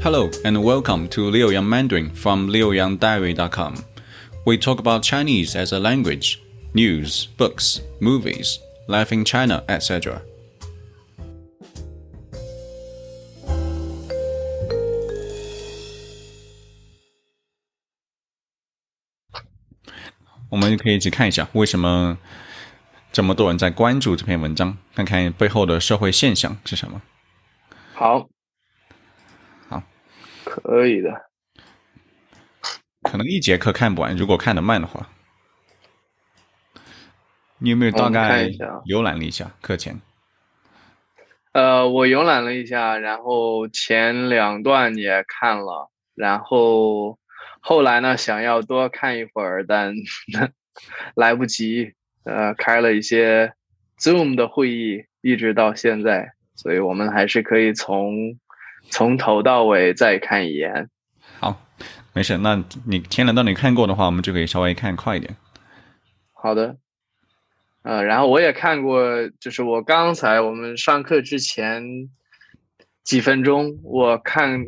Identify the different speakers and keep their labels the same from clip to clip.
Speaker 1: Hello and welcome to Liaoyang Mandarin from liaoyangdiary.com. We talk about Chinese as a language, news, books, movies, life in China, etc. 我们可以一起看一下为什么这么多人在关注这篇文章，看看背后的社会现象是什么。
Speaker 2: 好，
Speaker 1: 好，
Speaker 2: 可以的。
Speaker 1: 可能一节课看不完，如果看得慢的话。你有没有大
Speaker 2: 我
Speaker 1: 概
Speaker 2: 看一下啊
Speaker 1: 浏览了一下课前？
Speaker 2: 呃，我浏览了一下，然后前两段也看了，然后后来呢，想要多看一会儿，但 来不及。呃，开了一些 Zoom 的会议，一直到现在，所以我们还是可以从从头到尾再看一眼。
Speaker 1: 好，没事。那你前两段你看过的话，我们就可以稍微看快一点。
Speaker 2: 好的，呃，然后我也看过，就是我刚才我们上课之前几分钟，我看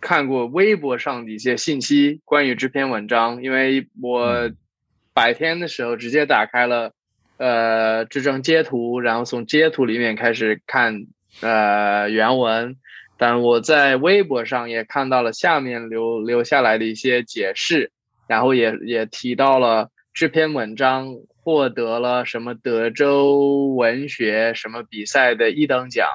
Speaker 2: 看过微博上的一些信息关于这篇文章，因为我白天的时候直接打开了呃这张截图，然后从截图里面开始看呃原文。但我在微博上也看到了下面留留下来的一些解释，然后也也提到了这篇文章获得了什么德州文学什么比赛的一等奖。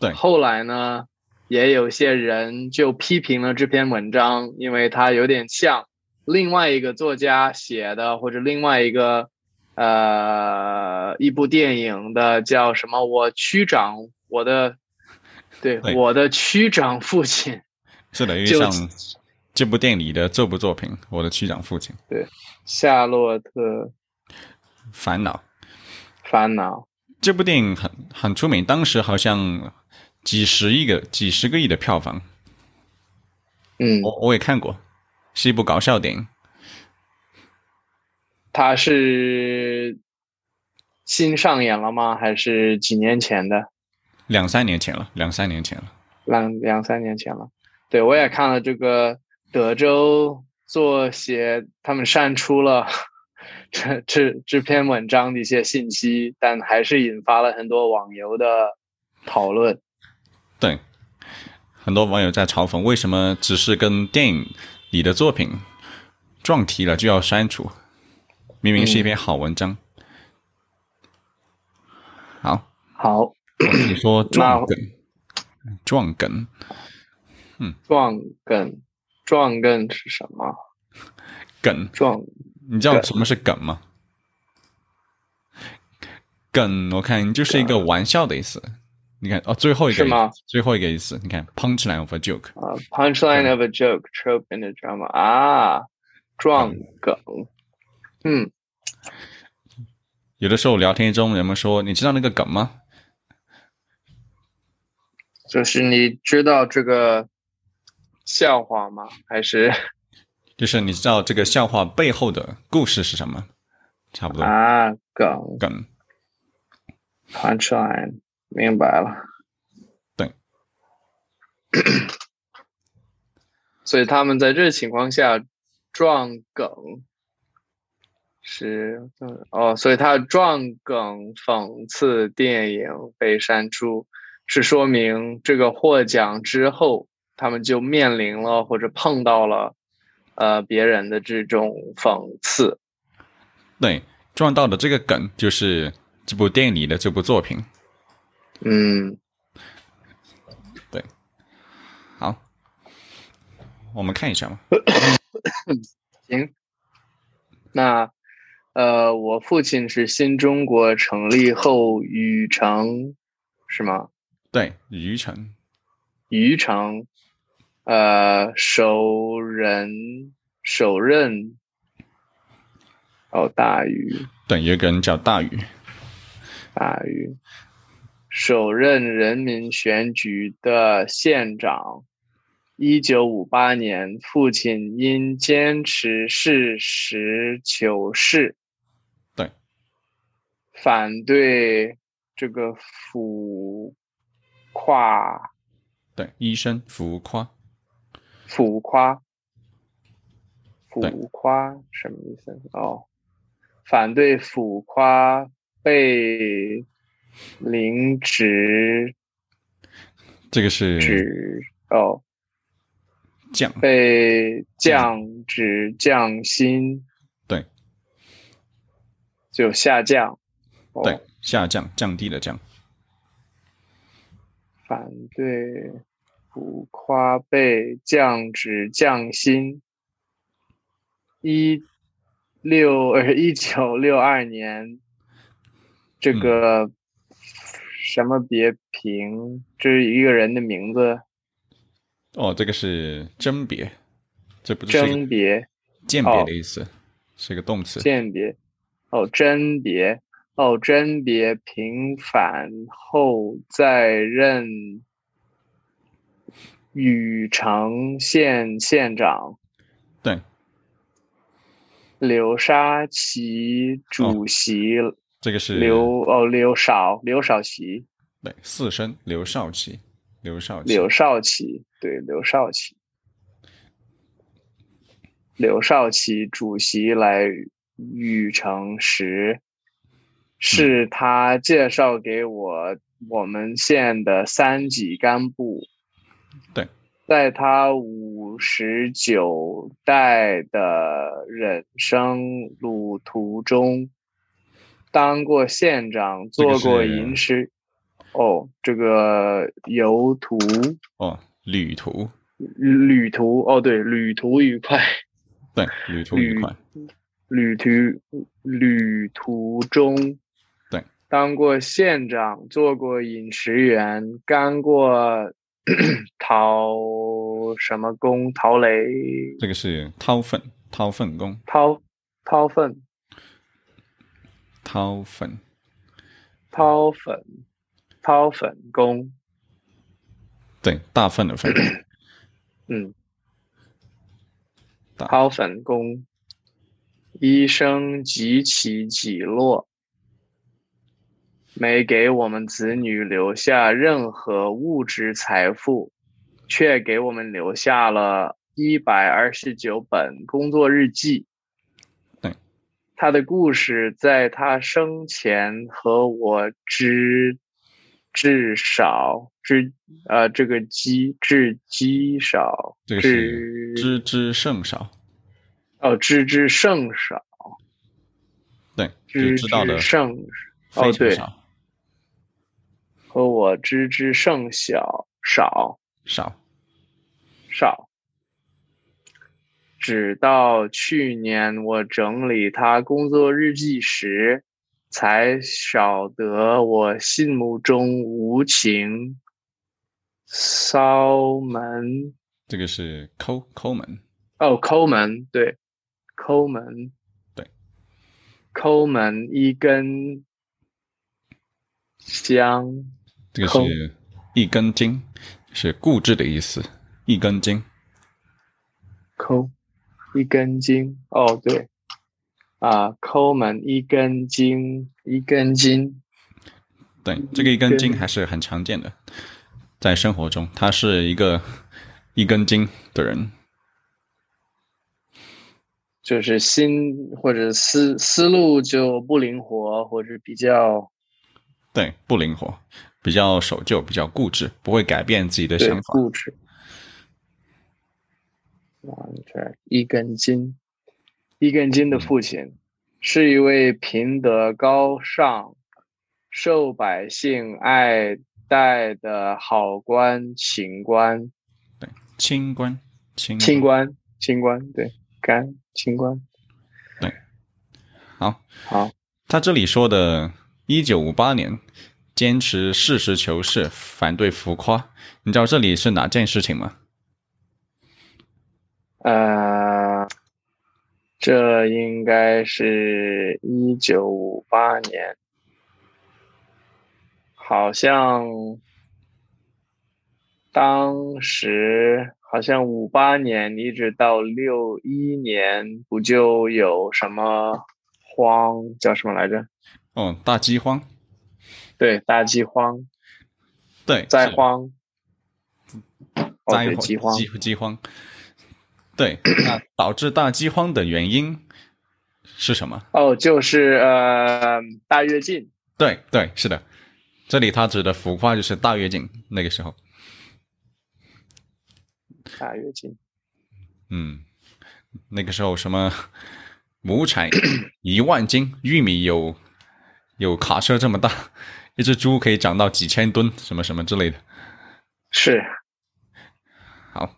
Speaker 1: 对
Speaker 2: 后来呢，也有些人就批评了这篇文章，因为它有点像另外一个作家写的，或者另外一个呃一部电影的叫什么？我区长，我的对，
Speaker 1: 对
Speaker 2: 我的区长父亲。
Speaker 1: 是的，有点
Speaker 2: 就
Speaker 1: 像这部电影里的这部作品《我的区长父亲》
Speaker 2: 夏洛特
Speaker 1: 烦恼。
Speaker 2: 烦恼，
Speaker 1: 这部电影很很出名，当时好像几十亿个、几十个亿的票房，
Speaker 2: 嗯，
Speaker 1: 我我也看过，是一部搞笑电影。
Speaker 2: 他是新上演了吗？还是几年前的？
Speaker 1: 两三年前了，两三年前了。
Speaker 2: 两两三年前了。对，我也看了这个德州作协，他们删除了 这这这篇文章的一些信息，但还是引发了很多网友的讨论。
Speaker 1: 对，很多网友在嘲讽，为什么只是跟电影里的作品撞题了就要删除？明明是一篇好文章。
Speaker 2: 嗯
Speaker 1: 好，
Speaker 2: 好，
Speaker 1: 你说撞
Speaker 2: 那
Speaker 1: 梗，撞梗，
Speaker 2: 撞梗，撞梗是什么？
Speaker 1: 梗，
Speaker 2: 撞
Speaker 1: 你知道
Speaker 2: 梗
Speaker 1: 什么是梗吗？梗，我看就是一个玩笑的意思。你看，哦，最后一个
Speaker 2: 是吗？
Speaker 1: 最后一个意思，你看，punchline of a joke。
Speaker 2: 啊、p u n c h l i n e of a joke, trope in a drama 啊，撞梗，嗯。
Speaker 1: 有的时候聊天中，人们说，你知道那个梗吗？
Speaker 2: 就是你知道这个笑话吗？还是
Speaker 1: 就是你知道这个笑话背后的故事是什么？差不多
Speaker 2: 啊梗
Speaker 1: 梗。
Speaker 2: punchline？明白了。
Speaker 1: 对。
Speaker 2: 所以他们在这情况下撞梗是嗯哦，所以他撞梗讽刺电影被删除，是说明这个获奖之后，他们就面临了或者碰到了呃别人的这种讽刺。
Speaker 1: 对，撞到的这个梗就是这部电影里的这部作品。
Speaker 2: 嗯，
Speaker 1: 好，我们看一下嘛。
Speaker 2: 那呃，我父亲是新中国成立后禹城是吗？
Speaker 1: 对，余城
Speaker 2: 禹城，呃，首人首任哦，大禹
Speaker 1: 对，有一个人叫大禹，
Speaker 2: 大禹，首任人民选举的县长。一九五八年，父亲因坚持事实求是，
Speaker 1: 对，
Speaker 2: 反对这个浮夸
Speaker 1: 对，医生浮夸，
Speaker 2: 浮夸，
Speaker 1: 对
Speaker 2: 浮夸什么意思？哦，反对浮夸被凌直
Speaker 1: 这个是
Speaker 2: 指哦，
Speaker 1: 降，
Speaker 2: 被降职降薪，
Speaker 1: 对，
Speaker 2: 就下降。哦、
Speaker 1: 对，下降，降低的降，
Speaker 2: 反对浮夸被降职降薪。一六呃 一九六二年，这
Speaker 1: 嗯
Speaker 2: 个什么别平，这是一个人的名字，
Speaker 1: 哦，这个是甄别，这不就是一
Speaker 2: 甄
Speaker 1: 个
Speaker 2: 别
Speaker 1: 鉴别
Speaker 2: 哦
Speaker 1: 的意思，是一个动词，
Speaker 2: 鉴别，哦，甄别，哦，甄别平反后再任禹城县县长。
Speaker 1: 对，
Speaker 2: 柳沙琪主席，
Speaker 1: 这个是
Speaker 2: 刘哦刘少刘少奇
Speaker 1: 对四声刘少奇，刘少奇，
Speaker 2: 刘少奇对刘少奇，刘少奇主席来禹城时，是
Speaker 1: 嗯
Speaker 2: 他介绍给我我们县的三级干部。
Speaker 1: 对，
Speaker 2: 在他五十九代的人生路途中，当过县长，
Speaker 1: 这个
Speaker 2: 做过
Speaker 1: 是
Speaker 2: 银石。哦，这个游途
Speaker 1: 哦，旅途，
Speaker 2: 旅途哦，对，旅途愉快，
Speaker 1: 对，旅途愉
Speaker 2: 旅
Speaker 1: 快，
Speaker 2: 旅途旅途中，
Speaker 1: 对，
Speaker 2: 当过县长，做过饮食员，干过 陶什么工，陶雷
Speaker 1: 这个是掏粪，掏粪工，
Speaker 2: 掏掏粪
Speaker 1: 掏粪，
Speaker 2: 掏粉掏粉工，
Speaker 1: 对，大粪的粪，
Speaker 2: 嗯，
Speaker 1: 大
Speaker 2: 掏粉工，医生几起几落，没给我们子女留下任何物质财富，却给我们留下了一百二十九本工作日记
Speaker 1: 对。
Speaker 2: 他的故事在他生前和我知至少知呃这个积至积少
Speaker 1: 这个
Speaker 2: 至
Speaker 1: 是知之甚少，
Speaker 2: 哦，知之甚少，
Speaker 1: 对，就
Speaker 2: 知
Speaker 1: 知道的
Speaker 2: 之甚
Speaker 1: 非
Speaker 2: 少
Speaker 1: 常
Speaker 2: 哦，对，
Speaker 1: 少，
Speaker 2: 和我知之甚小少
Speaker 1: 少，
Speaker 2: 少。直到去年我整理他工作日记时，才晓得我心目中无情骚门
Speaker 1: 这个是抠抠门，
Speaker 2: 哦，抠门，对，抠门，
Speaker 1: 对，
Speaker 2: 抠门一根香，
Speaker 1: 这个
Speaker 2: 抠
Speaker 1: 是一根筋，是固执的意思，一根筋，
Speaker 2: 抠一根筋，哦，对，啊，抠门一根筋，一根筋，
Speaker 1: 对，这个一根筋
Speaker 2: 根
Speaker 1: 还是很常见的，在生活中，他是一个一根筋的人，
Speaker 2: 就是心或者思思路就不灵活，或者比较
Speaker 1: 对，不灵活，比较守旧，比较固执，不会改变自己的
Speaker 2: 对
Speaker 1: 想法，
Speaker 2: 固执。哇，你这一根筋，一根筋的
Speaker 1: 嗯
Speaker 2: 父亲、是一位品德高尚、受百姓爱戴的好官、清官、
Speaker 1: 对，清官，清
Speaker 2: 清官、清官，对，干清官。
Speaker 1: 好，
Speaker 2: 好，
Speaker 1: 他这里说的，一九五八年，坚持实事求是，反对浮夸。你知道这里是哪件事情吗？
Speaker 2: 呃，这应该是一九五八年，好像当时好像五八年一直到六一年，不就有什么荒叫什么来着？
Speaker 1: 哦，大饥荒。
Speaker 2: 对，大饥荒、
Speaker 1: 对，
Speaker 2: 灾
Speaker 1: 是
Speaker 2: 荒，哦
Speaker 1: 灾
Speaker 2: 对，
Speaker 1: 荒，
Speaker 2: 饥荒，
Speaker 1: 饥饥荒。对，那导致大饥荒的原因是什么？
Speaker 2: 哦，就是呃大跃进，
Speaker 1: 对对，是的，这里它指的浮夸就是大跃进那个时候。
Speaker 2: 大跃进，
Speaker 1: 嗯，那个时候什么亩产一万斤，玉米有有卡车这么大，一只猪可以长到几千吨，什么什么之类的。
Speaker 2: 是
Speaker 1: 好，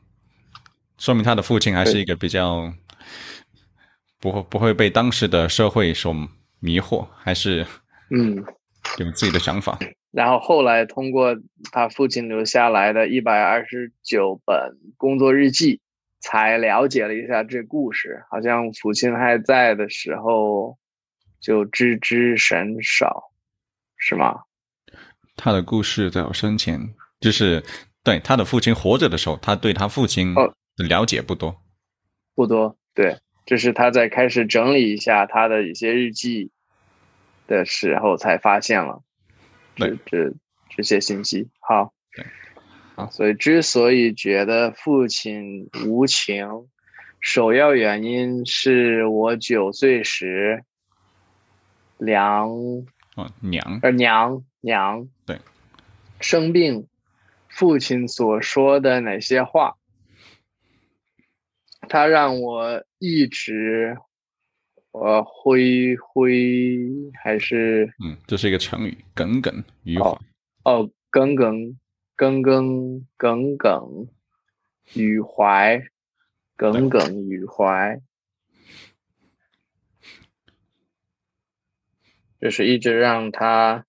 Speaker 1: 说明他的父亲还是一个比较不会不会被当时的社会所迷惑，还是
Speaker 2: 嗯。
Speaker 1: 有自己的想法。
Speaker 2: 然后后来通过他父亲留下来的一百二十九本工作日记，才了解了一下这故事。好像父亲还在的时候，就知之甚少，是吗？
Speaker 1: 他的故事在我生前，就是对他的父亲活着的时候，他对他父亲
Speaker 2: 哦
Speaker 1: 的了解不多。
Speaker 2: 不多，对，这是他在开始整理一下他的一些日记的时候才发现了这
Speaker 1: 对
Speaker 2: 这这些信息。好
Speaker 1: 对，
Speaker 2: 啊，所以之所以觉得父亲无情，首要原因是我九岁时，梁
Speaker 1: 哦，娘，
Speaker 2: 呃娘娘
Speaker 1: 对
Speaker 2: 生病，父亲所说的哪些话，他让我一直呃挥挥还是
Speaker 1: 嗯，这是一个成语，耿耿于怀。
Speaker 2: 哦哦耿耿耿耿耿耿于怀，耿耿于怀。就是一直让他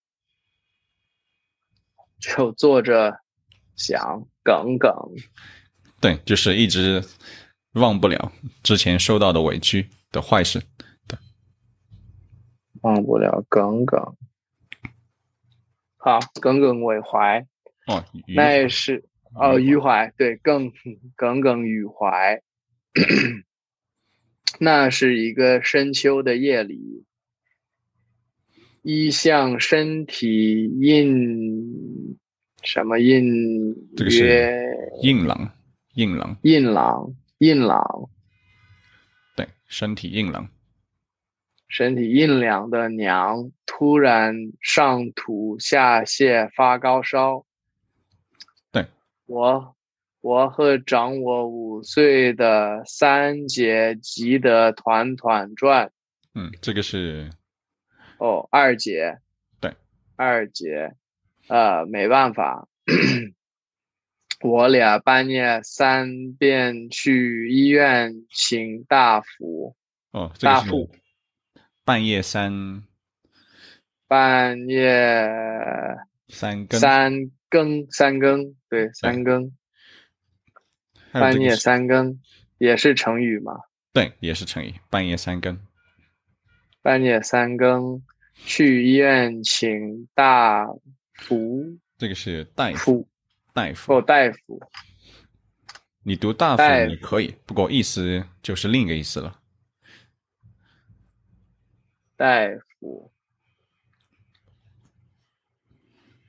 Speaker 2: 就坐着想耿耿，
Speaker 1: 对，就是一直忘不了之前受到的委屈的坏事。
Speaker 2: 忘不了耿耿。好，耿耿为怀，
Speaker 1: 哦，于
Speaker 2: 那是哦，
Speaker 1: 于
Speaker 2: 于怀，对，耿耿耿于怀。 那是一个深秋的夜里，一向身体印什么印
Speaker 1: 这个是
Speaker 2: 约
Speaker 1: 硬朗，硬朗，
Speaker 2: 印朗印朗
Speaker 1: 对，身体硬朗。
Speaker 2: 身体硬朗的娘突然上吐下泻发高烧。
Speaker 1: 对，
Speaker 2: 我我和长我五岁的三姐急得团团转。
Speaker 1: 嗯，这个是
Speaker 2: 哦，二姐，
Speaker 1: 对，
Speaker 2: 二姐，呃，没办法，我俩半夜三点去医院请大夫，
Speaker 1: 哦，这个
Speaker 2: 大
Speaker 1: 是
Speaker 2: 富
Speaker 1: 半夜三
Speaker 2: 半夜
Speaker 1: 三更，
Speaker 2: 三更，三更，对，三更，
Speaker 1: 哎还有这
Speaker 2: 半
Speaker 1: 个
Speaker 2: 夜
Speaker 1: 是
Speaker 2: 三更也是成语嘛？
Speaker 1: 对，也是成语，半夜三更。
Speaker 2: 半夜三更去医院请大夫
Speaker 1: 这个是大夫，
Speaker 2: 夫
Speaker 1: 大夫
Speaker 2: 哦，，大夫，
Speaker 1: 你读大夫
Speaker 2: 大夫
Speaker 1: 也可以，不过意思就是另一个意思了。
Speaker 2: 大夫，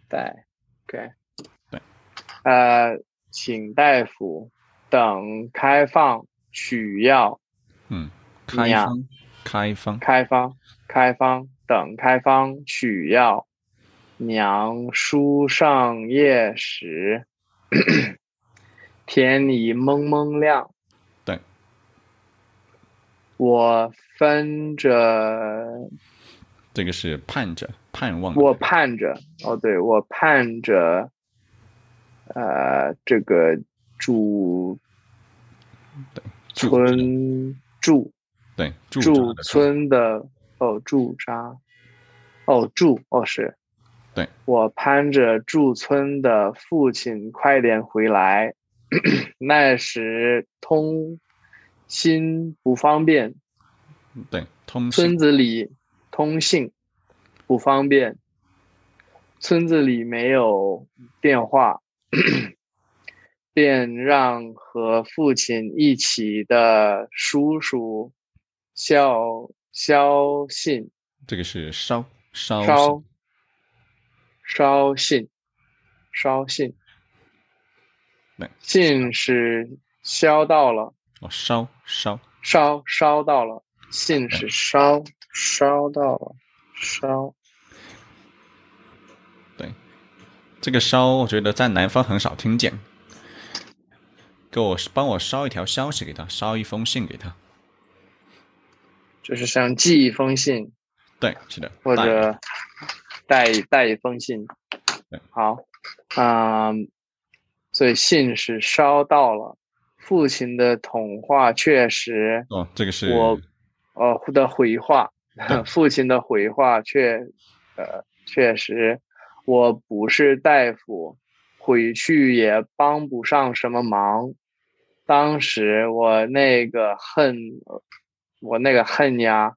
Speaker 2: 大，OK，
Speaker 1: 对，
Speaker 2: 呃，请大夫等开放取药，
Speaker 1: 嗯，开
Speaker 2: 呀
Speaker 1: 方，开方，
Speaker 2: 开方，开方，等开方取药。娘书上夜时， 天已蒙蒙亮。
Speaker 1: 对，
Speaker 2: 我分着，
Speaker 1: 这个是盼着，盼望。
Speaker 2: 我盼着，哦，对，我盼着，呃，这个驻
Speaker 1: 驻
Speaker 2: 村驻
Speaker 1: 对驻扎
Speaker 2: 驻
Speaker 1: 的
Speaker 2: 村的哦驻扎，哦驻哦是，
Speaker 1: 对，
Speaker 2: 我盼着驻村的父亲快点回来， 那时通信不方便，
Speaker 1: 对通
Speaker 2: 村
Speaker 1: 信
Speaker 2: 子里通信不方便，村子里没有电话，便让和父亲一起的叔叔肖肖信
Speaker 1: 这个是捎捎
Speaker 2: 捎捎信捎信
Speaker 1: 对，
Speaker 2: 信是捎到了，
Speaker 1: 哦，烧烧
Speaker 2: 烧烧到了，信是烧烧到了，烧
Speaker 1: 这个烧，我觉得在南方很少听见。给我帮我捎一条消息给他，捎一封信给他。
Speaker 2: 就是像寄一封信
Speaker 1: 对，是的，
Speaker 2: 或
Speaker 1: 大概
Speaker 2: 者带一带一封信
Speaker 1: 对。
Speaker 2: 好，啊、所以信是烧到了。父亲的童话确实，
Speaker 1: 哦，这个是
Speaker 2: 我呃的回话，父亲的回话却呃确实，我不是大夫，回去也帮不上什么忙。当时我那个恨，我那个恨呀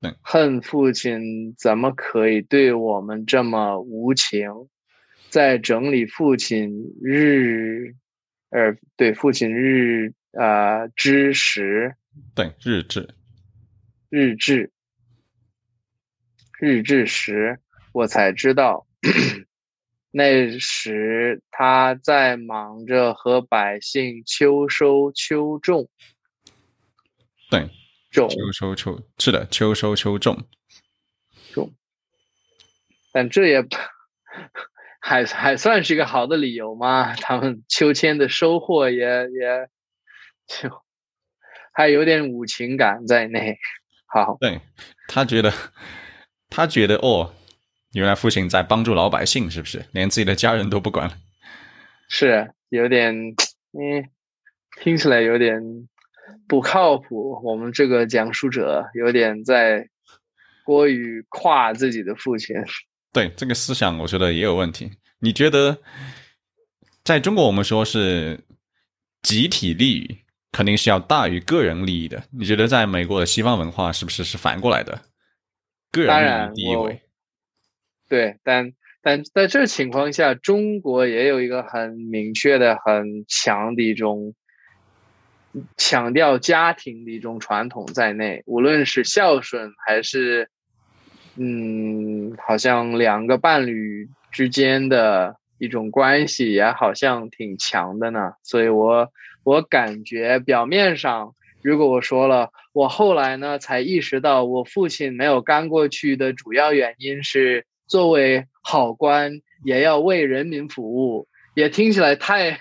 Speaker 1: 对，
Speaker 2: 恨父亲怎么可以对我们这么无情？在整理父亲日，呃，对父亲日呃之时，
Speaker 1: 对日志，
Speaker 2: 日志，日志时，我才知道，那时他在忙着和百姓秋收秋种，
Speaker 1: 对
Speaker 2: 种，
Speaker 1: 秋收秋是的，秋收秋种，
Speaker 2: 但这也还还算是一个好的理由嘛。他们秋天的收获也也就还有点无情感在内。好，
Speaker 1: 对他觉得他觉得哦，原来父亲在帮助老百姓，是不是？连自己的家人都不管了。
Speaker 2: 是有点，嗯，听起来有点不靠谱。我们这个讲述者有点在过于夸自己的父亲。
Speaker 1: 对这个思想，我觉得也有问题。你觉得，在中国我们说是集体利益肯定是要大于个人利益的。你觉得在美国的西方文化是不是是反过来的？个
Speaker 2: 当
Speaker 1: 人
Speaker 2: 然
Speaker 1: 利益第一
Speaker 2: 我
Speaker 1: 位，
Speaker 2: 对，但但在这情况下，中国也有一个很明确的、很强的一种强调家庭的一种传统在内，无论是孝顺还是嗯，好像两个伴侣之间的一种关系也好像挺强的呢。所以我我感觉表面上，如果我说了。我后来呢才意识到，我父亲没有干过去的主要原因是，作为好官也要为人民服务，也听起来太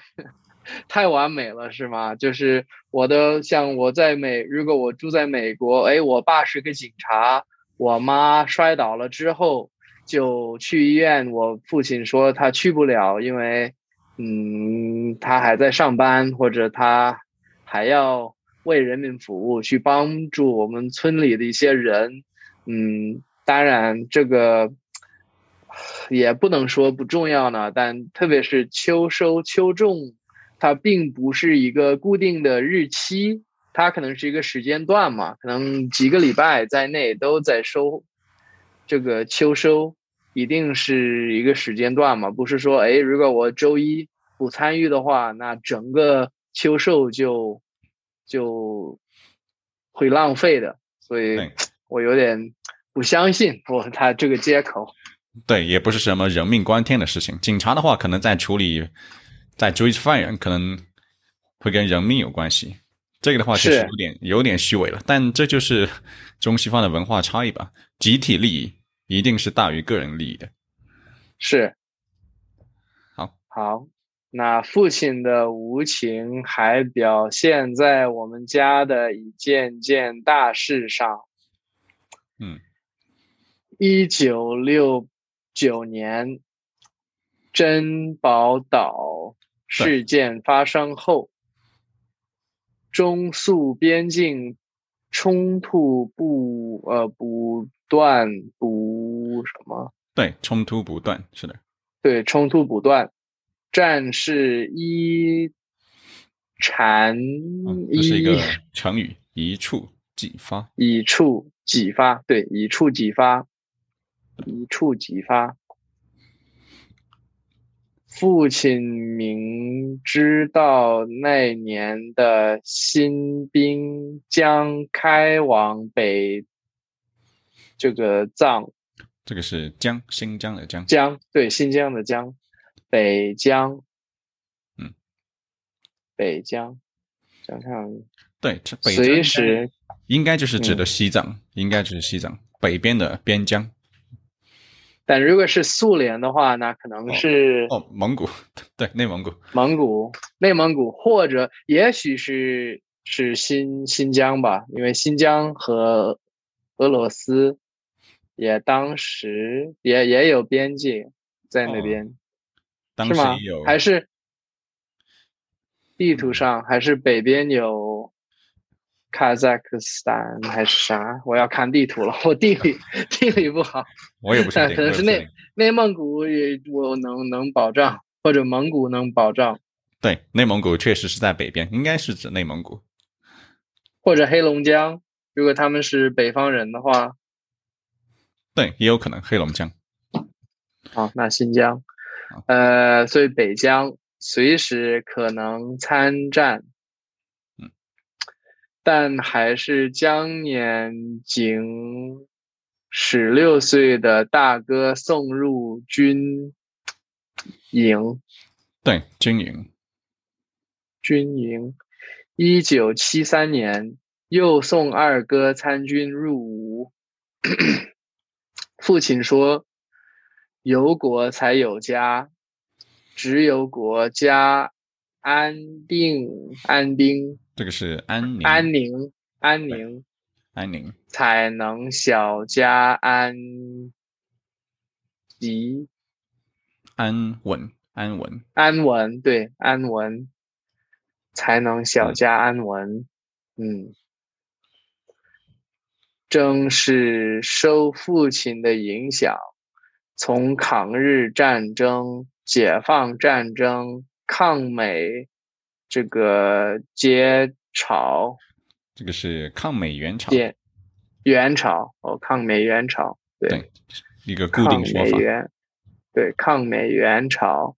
Speaker 2: 太完美了，是吗？就是我的，像我在美，如果我住在美国，哎，我爸是个警察，我妈摔倒了之后就去医院，我父亲说他去不了，因为嗯，他还在上班，或者他还要为人民服务，去帮助我们村里的一些人。嗯，当然这个也不能说不重要呢，但特别是秋收秋种，它并不是一个固定的日期，它可能是一个时间段嘛，可能几个礼拜在内都在收这个秋收。一定是一个时间段嘛，不是说，哎，如果我周一不参与的话，那整个秋收就就会浪费的。所以
Speaker 1: 对
Speaker 2: 我有点不相信我他这个借口。
Speaker 1: 对，也不是什么人命关天的事情。警察的话，可能在处理在追犯人，可能会跟人命有关系。这个的话，确实
Speaker 2: 是
Speaker 1: 有点有点虚伪了。但这就是中西方的文化差异吧。集体利益一定是大于个人利益的。
Speaker 2: 是，
Speaker 1: 好，
Speaker 2: 好。那父亲的无情还表现在我们家的一件件大事上。
Speaker 1: 嗯，
Speaker 2: 一九六九年珍宝岛事件发生后，中苏边境冲突不呃不断不什么
Speaker 1: 对，冲突不断，是的，
Speaker 2: 对冲突不断，战事一缠
Speaker 1: 嗯，这是一
Speaker 2: 一
Speaker 1: 个成语，一触即发。
Speaker 2: 以触即发，对，以触即发，以触即发。父亲明知道那年的新兵将开往北，这个藏
Speaker 1: 这个是江，新疆的江。
Speaker 2: 江，对，新疆的疆，北疆，
Speaker 1: 嗯，
Speaker 2: 北疆，想想
Speaker 1: 对，这北疆
Speaker 2: 随时嗯
Speaker 1: 应该就是指的西藏，应该就是西藏北边的边疆
Speaker 2: 但如果是苏联的话，那可能是
Speaker 1: 哦，蒙古 对内蒙古，
Speaker 2: 蒙古、内蒙古，或者也许是是新新疆吧，因为新疆和俄罗斯也当时也也有边界在那
Speaker 1: 哦
Speaker 2: 边，
Speaker 1: 当
Speaker 2: 是
Speaker 1: 时
Speaker 2: 吗
Speaker 1: 也有？
Speaker 2: 还是地图上还是北边有？卡萨克斯坦还是啥？我要看地图了，我地理地理不好。
Speaker 1: 我也不确定，
Speaker 2: 可能
Speaker 1: 我也
Speaker 2: 是
Speaker 1: 不确
Speaker 2: 那
Speaker 1: 定
Speaker 2: 内蒙古也我能能保障，或者蒙古能保障，
Speaker 1: 对内蒙古确实是在北边，应该是指内蒙古。
Speaker 2: 或者黑龙江，如果他们是北方人的话，
Speaker 1: 对，也有可能黑龙江。
Speaker 2: 啊，那新疆
Speaker 1: 好，
Speaker 2: 呃，所以北疆随时可能参战，
Speaker 1: 嗯，
Speaker 2: 但还是将年仅十六岁的大哥送入军营，
Speaker 1: 对，军营。
Speaker 2: 军营。一九七三年，又送二哥参军入伍。父亲说：“有国才有家，只有国家安定、安定、
Speaker 1: 这个是安宁，
Speaker 2: 安宁、安宁，
Speaker 1: 安宁，
Speaker 2: 才能小家安吉。”
Speaker 1: 安稳，安稳。
Speaker 2: 安稳，对，安稳，才能小
Speaker 1: 嗯
Speaker 2: 家安稳。嗯，正是受父亲的影响，从抗日战争、解放战争、抗美这个街潮
Speaker 1: 这个是抗美援朝，
Speaker 2: 点元朝哦，抗美援朝，对
Speaker 1: 对，一个固
Speaker 2: 抗
Speaker 1: 定
Speaker 2: 美
Speaker 1: 说法。
Speaker 2: 援，对，抗美援朝，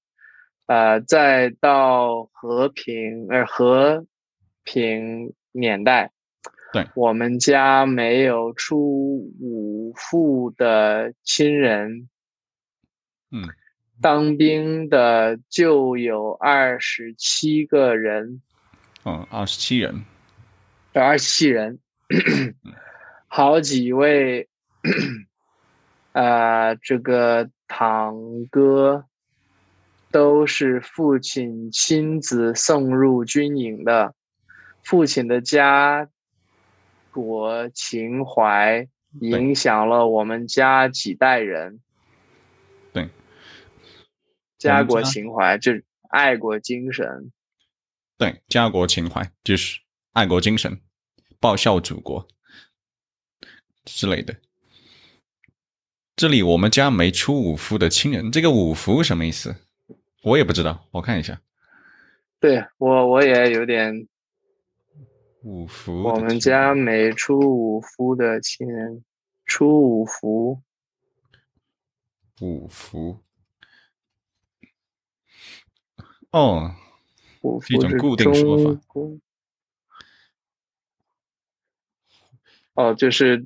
Speaker 2: 呃，再到和平，呃，和平年代，
Speaker 1: 对
Speaker 2: 我们家没有出五父的亲人，
Speaker 1: 嗯，
Speaker 2: 当兵的就有二十七个人，
Speaker 1: 嗯，二十七人。
Speaker 2: 二十七人，
Speaker 1: 嗯
Speaker 2: 好几位，呃，这个堂哥都是父亲亲自送入军营的，父亲的家国情怀影响了我们家几代人。
Speaker 1: 对，我
Speaker 2: 家
Speaker 1: 们
Speaker 2: 国
Speaker 1: 家
Speaker 2: 情怀就是爱国精神。
Speaker 1: 对，家国情怀就是爱国精神，报效祖国之类的。这里我们家没出五福的亲人，这个五福什么意思？我也不知道，我看一下。
Speaker 2: 对我，我也有点
Speaker 1: 五福的
Speaker 2: 我
Speaker 1: 亲人，
Speaker 2: 们家没出五夫的亲人，出五福，
Speaker 1: 五福。哦，
Speaker 2: 五
Speaker 1: 是一
Speaker 2: 福
Speaker 1: 种
Speaker 2: 是
Speaker 1: 固定说法
Speaker 2: 中国。哦，就是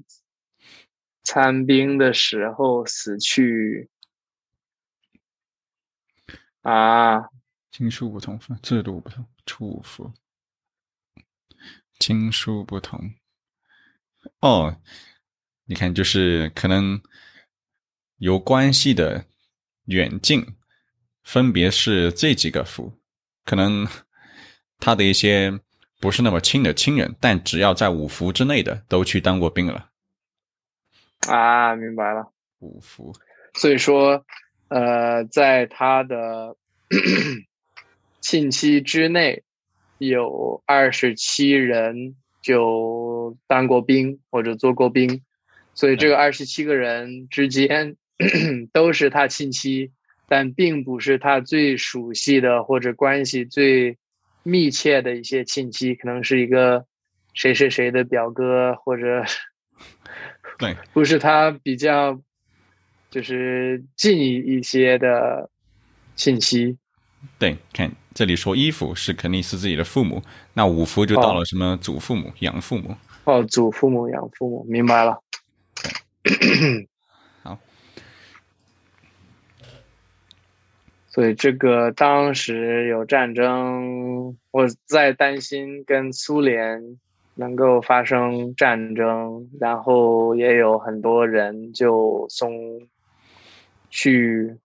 Speaker 2: 参兵的时候死去啊，
Speaker 1: 亲疏不同，制度不同，出五福。亲疏不同。哦，你看，就是可能有关系的远近，分别是这几个福，可能他的一些不是那么亲的亲人，但只要在五福之内的，都去当过兵了。
Speaker 2: 啊，明白了。
Speaker 1: 五福，
Speaker 2: 所以说，呃，在他的近期之内，有二十七人就当过兵或者做过兵，所以这个二十七个人之间 都是他亲戚，但并不是他最熟悉的或者关系最密切的一些亲戚，可能是一个谁谁谁的表哥或者
Speaker 1: 对，
Speaker 2: 不是他比较就是近一些的信息。
Speaker 1: 对，看这里说衣服是肯定是自己的父母，那五福就到
Speaker 2: 哦
Speaker 1: 了什么祖父母、养父母。
Speaker 2: 哦，祖父母、养父母，明白了。
Speaker 1: 好，
Speaker 2: 所以这个当时有战争，我在担心跟苏联能够发生战争，然后也有很多人就从去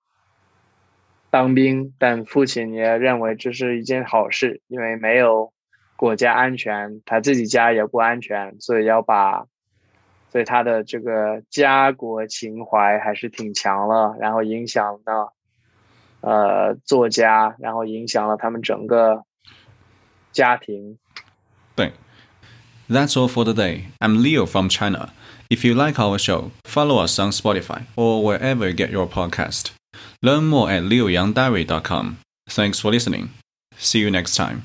Speaker 2: 当兵，但父亲也认为这是一件好事，因为没有国家安全，他自己家也不安全，所以要把，所以他的这个家国情怀还是挺强了，然后影响了呃作家，然后影响了他们整个家庭。
Speaker 1: 对。That's all for today. I'm Leo from China. If you like our show, follow us on Spotify or wherever you get your podcast. Learn more at leoyangdiary.com. Thanks for listening. See you next time.